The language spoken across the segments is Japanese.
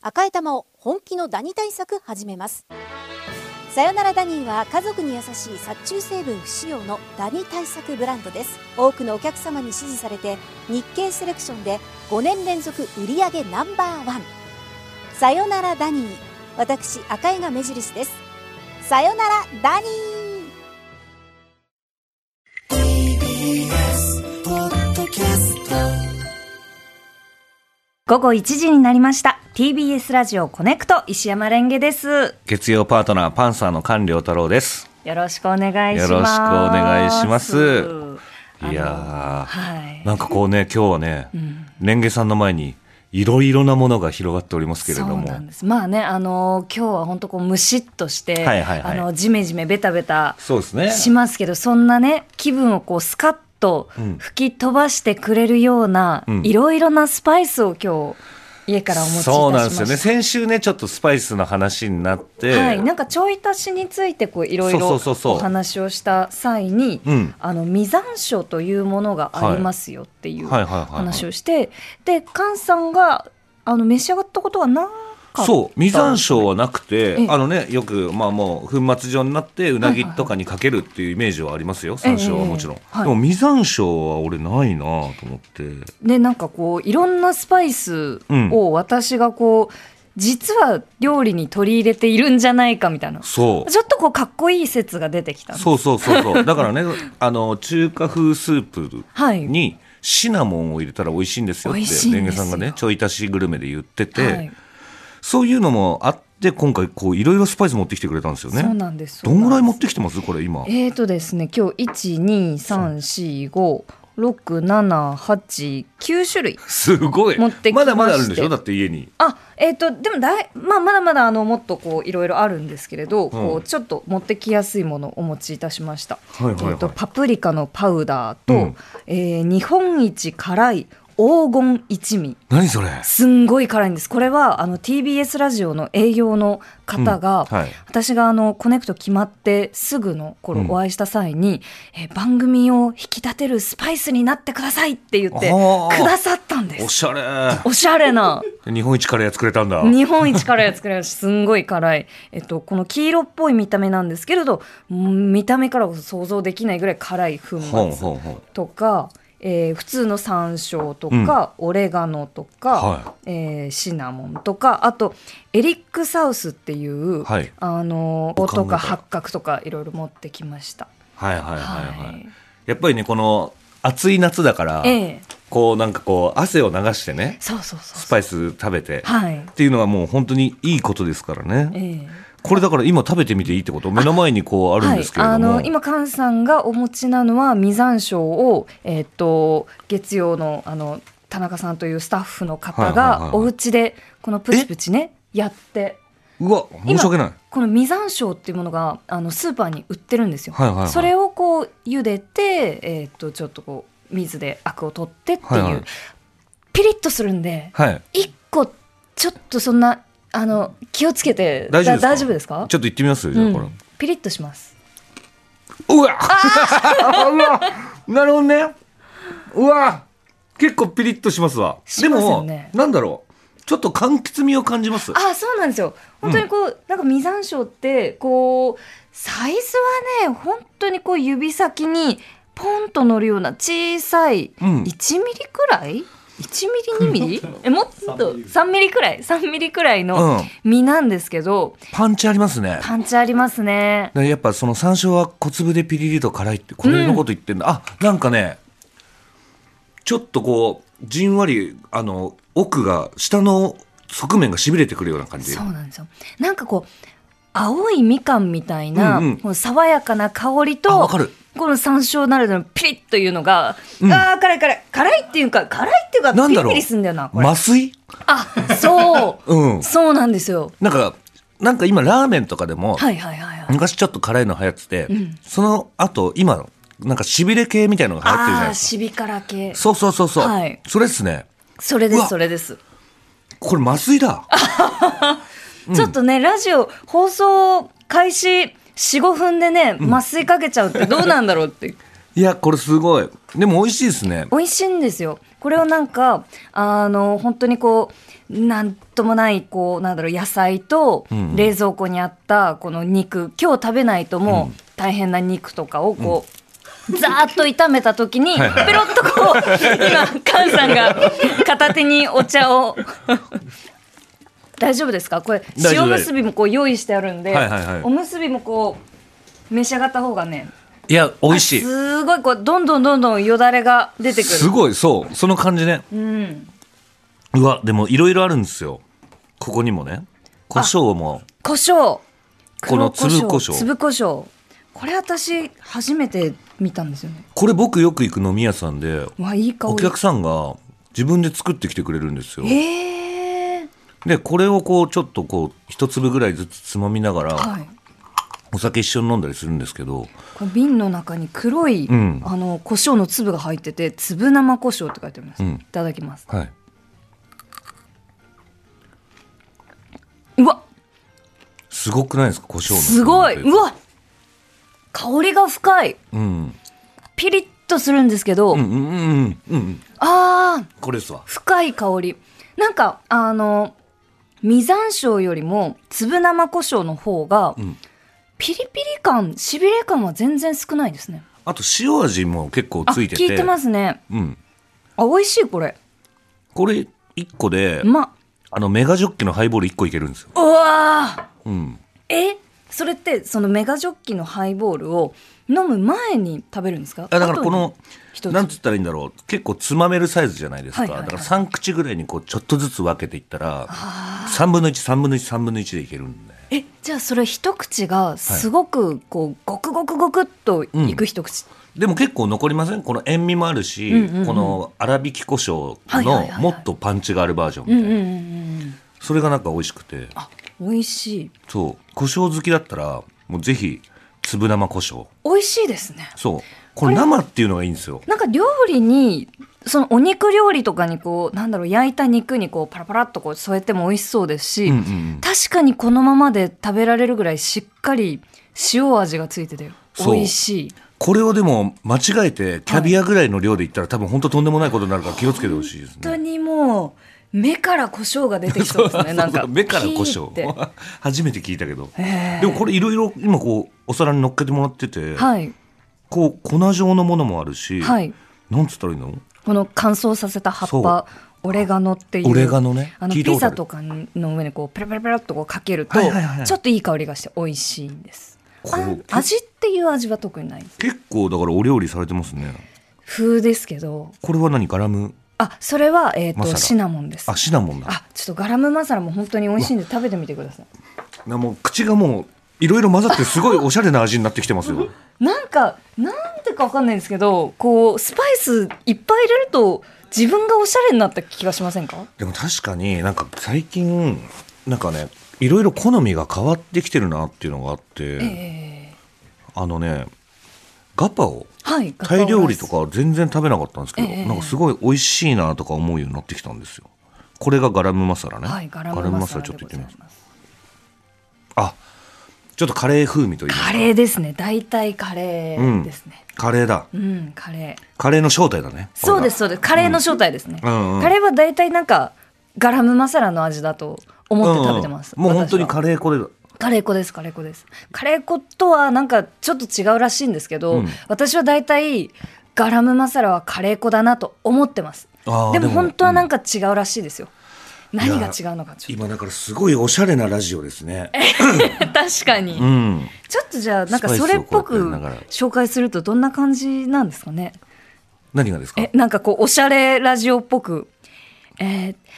赤い玉を本気のダニ対策始めますさよならダニーは家族に優しい殺虫成分不使用のダニ対策ブランドです多くのお客様に支持されて日経セレクションで5年連続売上ナンバーワンさよならダニー私赤井が目印ですさよならダニー TBS ポッドキャスト午後1時になりました。TBS ラジオコネクト石山レンゲです。月曜パートナーパンサーの官僚太郎です。よろしくお願いします。よろしくお願いしますあのいやーはい。なんかこうね、今日はね、レンゲさんの前にいろいろなものが広がっておりますけれどそうも。なんです。まあね、あのー今日は本当こうムシッとして、はいはいはいあのジメジメベタベタそうですねしますけど、そんなね気分をこうスカッと吹き飛ばしてくれるような、うんいろいろなスパイスを今日家からお持ちいたしました。そうなんですよね。先週ね、ちょっとスパイスの話になって、はい、なんかちょい足しについてこういろいそうろそうそうそうお話をした際にうんあの実山椒というものがありますよっていうはいはいはいはい話をしてで菅さんがあの召し上がったことはなかったそう、実山椒はなくえてえ、あのね、よく、まあもう、粉末状になって、うなぎとかにかけるっていうイメージはありますよ、山椒はもちろん。ええええはいでも、実山椒は俺ないなと思って。でなんかこういろんなスパイスを私がこう、実は料理に取り入れているんじゃないかみたいなちそう。ょっとこうかっこいい説が出てきたんですそうそうそうそう。だからね、あの、中華風スープはいにシナモンを入れたら美味しいんですよっ美味しいんて、ですよレンゲさんがね、ちょい足しグルメで言ってて、はいそういうのもあって、今回こう、いろいろスパイス持ってきてくれたんですよね。そうなんですどんぐらい持てってきてますこれ今。えーとですね、今日1、2、3、4、5、6、7、8、9種類。すごい。持ってきまましてだまだあるんでしょだって家に。あ、えーと、でもだい、まあ、まだまだ、あの、もっとこう、いろいろあるんですけれど、こう、ちょっと持ってきやすいものをお持ちいたしました。いはいはいえーと、パプリカのパウダーと、うんえー日本一辛い黄金一味。何それすんごい辛いんです。これはあの TBS ラジオの営業の方が、うんはい私があのコネクト決まってすぐの頃うんお会いした際に、えー番組を引き立てるスパイスになってくださいって言ってあーくださったんでおす。しゃれ。おしゃれな日本一カレー作れたんだ。日本一辛いやつくれました。すんごい辛い。えっと、この黄色っぽい見た目なんですけれど、うん見た目からは想像できないぐらい辛い粉ほん末ほんほん。とか、えー普通の山椒とか、オレガノとか、はえーシナモンとかあとエリック・サウスっていう、はいあの浮かとんでかた八角とかいろいろ持ってきました。はいはいはいははいい。やっぱりね、この暑い夏だから、ええこうなんかこう、汗を流してね、そうそうそうそうスパイス食べて、はいっていうのはもう本当にいいことですからえね。えこれだから今食べてみていいってこと目の前にこうあるんですけれはい、あども。の今菅さんがお持ちなのは実山椒をえっ、と月曜のあの田中さんというスタッフの方はいはいはいがお家でこのプチプチねやってうわ、申し訳ない。この実山椒っていうものがあのスーパーに売ってるんですよ、はいはいはいそれをこう茹でて、えーっとちょっとこう水でアクを取ってっていう、はいはいピリッとするんではい。一個ちょっとそんなあの気をつけて大丈夫ですかだ大丈夫ですかちょっと行ってみますよ、じゃあこれ。うんピリッとしますうわうわなるほどね。うわ結構ピリッとしますわ。しますよねでも、なんだろう。ちょっと柑橘味を感じます。あそうなんですよ本当にこう、なんか実山椒ってこうサイズはね本当にこう指先にポンと乗るような小さいうん1ミリくらい、1ミリ2ミリえもっと3ミリくらい3ミリくらいの実なんですけど、パンチありますね。パンチありますねでやっぱその山椒は小粒でピリリと辛いってこれのこと言ってんだ、あなんかねちょっとこうじんわりあの奥が下の側面がしびれてくるような感じそうなんですよなんかこう青いみかんみたいな、うんうんこの爽やかな香りあとわかるこの山椒ならでのピリッというのが、あー辛い辛い辛いっていうか辛いっていうかなんピだリろうピリすんだよなこれ、麻酔あそううんそうなんですよなんかなんか今ラーメンとかでも、はいはいはいはい昔ちょっと辛いの流行ってて、その後今なんかしびれ系みたいなのが流行ってるじゃあなあいーですかシビ辛系そうそうそうそう、はいそれっすねそれでうすわそれです、これ麻酔だちょっとねラジオ放送開始45分でね麻酔かけちゃうってどうなんだろうっていや、これすごい。でも美味しいですね。美味しいんですよ。これをなんか、あの、本当にこう、なんともない、こう、なんだろう、野菜とんうん、冷蔵庫にあった、この肉、今日食べないともう、大変な肉とかをこう、ざーっと炒めた時に、ペはいはいロッとこう、今、菅さんが片手にお茶を。大丈夫ですかこれ、大丈夫塩結びもこう用意してあるんで、はいはいはいおむすびもこう、召し上がった方がね、いや、美味しい。すごいこう、どんどんどんどんよだれが出てくる。すごい、そう。その感じね。うん。うわ、でもいろいろあるんですよ。ここにもね。胡椒も。胡椒この粒胡椒粒胡椒これ私初めて見たんですよねこれ僕よく行く飲み屋さんで、わいい香りお客さんが自分で作ってきてくれるんですよ。えー、で、これをこう、ちょっとこう、一粒ぐらいずつつまみながら、はいお酒一緒に飲んだりするんですけど、これ瓶の中に黒い、うんあの胡椒の粒が入ってて粒生胡椒って書いてあります、うんいただきますはい。うわすごくないですか、胡椒の。すごいうわ香りが深いうん。ピリッとするんですけど、うんうんうんうんうん。あーこれですわ。深い香りなんかあの実山椒よりも粒生胡椒の方が、んピリピリ感しびれ感は全然少ないですねあと塩味も結構あついてて。効いてますねうん。あ美味しいこれこれ一個で、うまあのメガジョッキのハイボール一個いけるんですよ。うわうん。ーえそれってそのメガジョッキのハイボールを飲む前に食べるんですかあだからこの一つなんつったらいいんだろう結構つまめるサイズじゃないですか、はいはいはいだから3口ぐらいにこうちょっとずつ分けていったら3分の13分の13分の1でいけるんでえじゃあそれ一口がすごくこうごくごくごくっといく一口、でも結構残りませんこの塩味もあるし、うんうんうんこの粗挽き胡椒はいはいはいのはいもっとパンチがあるバージョンみうたん、いうんな、うんうんそれがなんか美味しくてうん美味しいそう胡椒好きだったらもうぜひ粒生胡椒美味しいですねそうこれ生っていうのがいいんですよなんか料理にそのお肉料理とかにこうなんだろう焼いた肉にこうパラパラっとこう添えても美味しそうですし、うんうんうん確かにこのままで食べられるぐらいしっかり塩味がついててそう美味しいこれをでも間違えてキャビアぐらいの量でいったら多分本当とんでもないことになるから気をつけてほしいですね本当にもう目から胡椒が出てきそうで すねなんか目から胡椒ピーって 初めて聞いたけどへーでもこれいろいろ今こうお皿に乗っけてもらって て、はいこう粉状のものもあるし、はいなんつったらいいのこの乾燥させた葉っぱオレガノっていうオレガノねあの聞いたピことあザるとかの上にこうペラペラペラっとこうかけると、はいはいはいちょっといい香りがして美味しいんですこあう味っていう味は特にないです結構だからお料理されてますね風ですけどこれは何ガラムあそれは、えー、マサとラシナモンですあシナモンだあちょっとガラムマサラも本当に美味しいんで食べてみてくださいなもう口がもういろいろ混ざってすごいおしゃれな味になってきてますよ なんかなんでかわかんないんですけどこうスパイスいっぱい入れると自分がおしゃれになった気がしませんかでも確かになんか最近なんかねいろいろ好みが変わってきてるなっていうのがあって、ええあのねガパオはいタイ料理とか全然食べなかったんですけど、ええなんかすごい美味しいなとか思うようになってきたんですよこれがガラムマサラね、はいガラムマサラガラムマちょっとで言ござってみいますますあちょっとカレー風味といいますかカレーですね大体カレーですねカレーだうん、カレーカレーの正体だねこれがそうですそうですカレーの正体ですね、うんうんカレーは大体なんかガラムマサラの味だと思って食べてます、うんうんもう本当に私はカレーこれだカレー粉ですカレー粉ですカレー粉とはなんかちょっと違うらしいんですけど、うん私は大体ガラムマサラはカレー粉だなと思ってますあーででもも本当はなんか違うらしいですよ、何がい違うのかちょっ今だからすごいおしゃれなラジオですねと確かに、うんちょっとじゃあなんかそれっぽスパイスをくこうやってやりながら紹介するとどんな感じなんですかね何がですかえなんかこうおしゃれラジオっぽくえーっと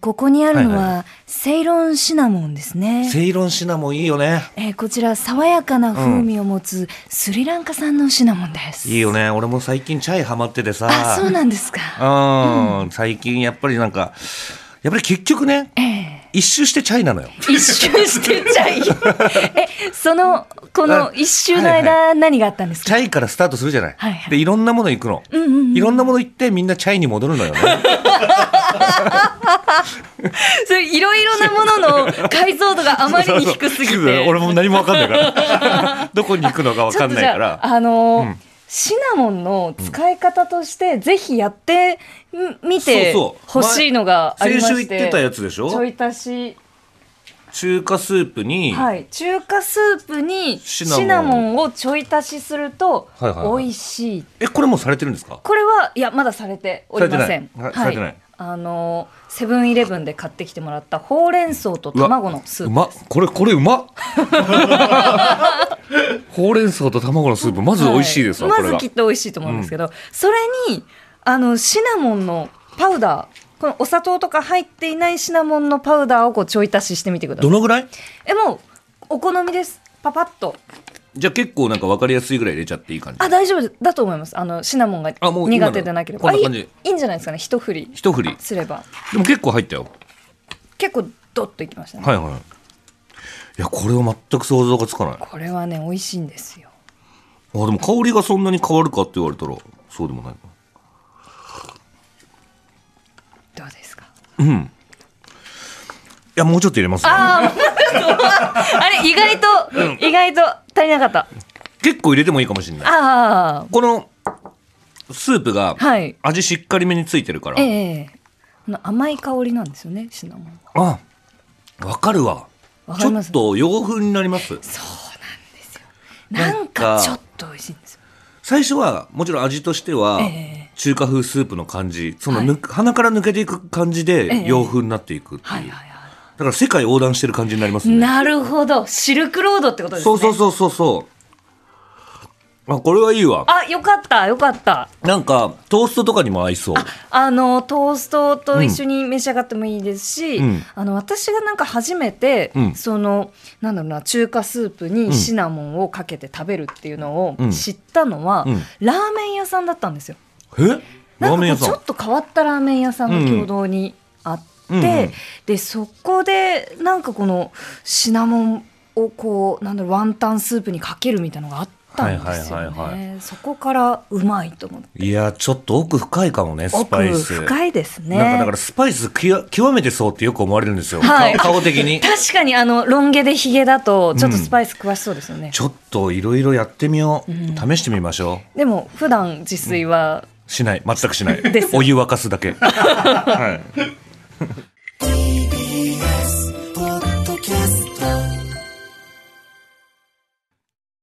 ここにあるのはいはセイロンシナモンですねセイロンシナモンいいよねえーこちら爽やかな風味を持つスリランカ産のシナモンです。いいよね俺も最近チャイハマっててさあ、そうなんですか。うん、最近やっぱりなんかやっぱり結局ねええ一周してチャイなのよ一周してちゃい。 え、そのこのあ一周の間、はい何があったんですチか。ャイからスタートするじゃない。はいはいで、いろんなもの行くの、うんうんうんいろんなもの行って、みんなチャイに戻るのよね。そういろいろなものの解像度があまりに低すぎて。 俺も何もわかんないから。どこに行くのかわちょかっんとなじいゃかあら。あのーうんシナモンの使い方として、ぜひやってみてそうそほうしいのがあり先ま週して言ってたやつでしちょょい足し中華スープに、はい、中華スープにシシナモンナモンをちょい足しするとはいはいはい美味しい。えこれもうされてるんですかこれはいやまだされておりません。されてないはいされてないあのセブンイレブンで買ってきてもらったほうれん草と卵のスうープ。まこれこれうま っほうれん草と卵のスープまず美味しいですわ、はこまれずがきっと美味しいと思うんですけど、それにあのシナモンのパウダー、このお砂糖とか入っていないシナモンのパウダーをこうちょい足ししてみてくださどい。のぐらいえもうお好みです。パパッと。じゃあ結構なんか分かりやすいぐらい入れちゃっていい感じあ大丈夫だと思います。あのシナモンがあもう今の苦手でなければこあいんない感じいいんじゃないですかね。一振り一振りすればでも結構入ったよ結構ドッといきましたね。はいはいいやこれは全く想像がつかないあこれはね美味しいんですよ。でも香りがそんなに変わるかって言われたらそうでもないどうですか。うんいやもうちょっと入れます、ね、あ ああれ意外と、意外と足りなかった。結構入れてもいいかもしれないああこのスープがはい味しっかりめについてるから、ええあの甘い香りなんですよねシナモンは。あわかるわわかちりょまっす。と洋風になりますなんなんかかちょっと美味しいんですよ。最初はもちろん味としてはええ中華風スープの感じそのはいぬく、鼻から抜けていく感じえでえ洋風になっていくっていう、はいはいはだから世界横断してる感じになりますい。ねなるほどシルクロードってことですね。そうそうそうそうそうあこれはいいわあよかったよかった。なんかトーストとかにも合いそうあのトーストと一緒に召し上がってもいいですし、うんあの私がなんか初めて、うんそのなんだろうな中華スープんにシナモンをかけて食べるっていうのうんを知ったのは、うんラーメン屋さんだったんですよ。えなラんーかメンこう屋ちさょんっと変わったラーメン屋さんが共同にあって、うんうんでそこでなんかこのシナモンをこうなんだろうワンタンスープにかけるみたいなのがあったんですよね。はいはいはいそこからうまいと思って。いやちょっと奥深いかもねスパ奥イス深いですね。なんかだからスパイスきわ極めてそうってよく思われるんですよ、はい顔顔的 に確かにあのロン毛でヒゲだとちょっとスパイス詳しそうですよね、ちょっといろいろやってみよう、うん試してみましょでも普段自炊は、うしない全くしないです お湯沸かすだけはい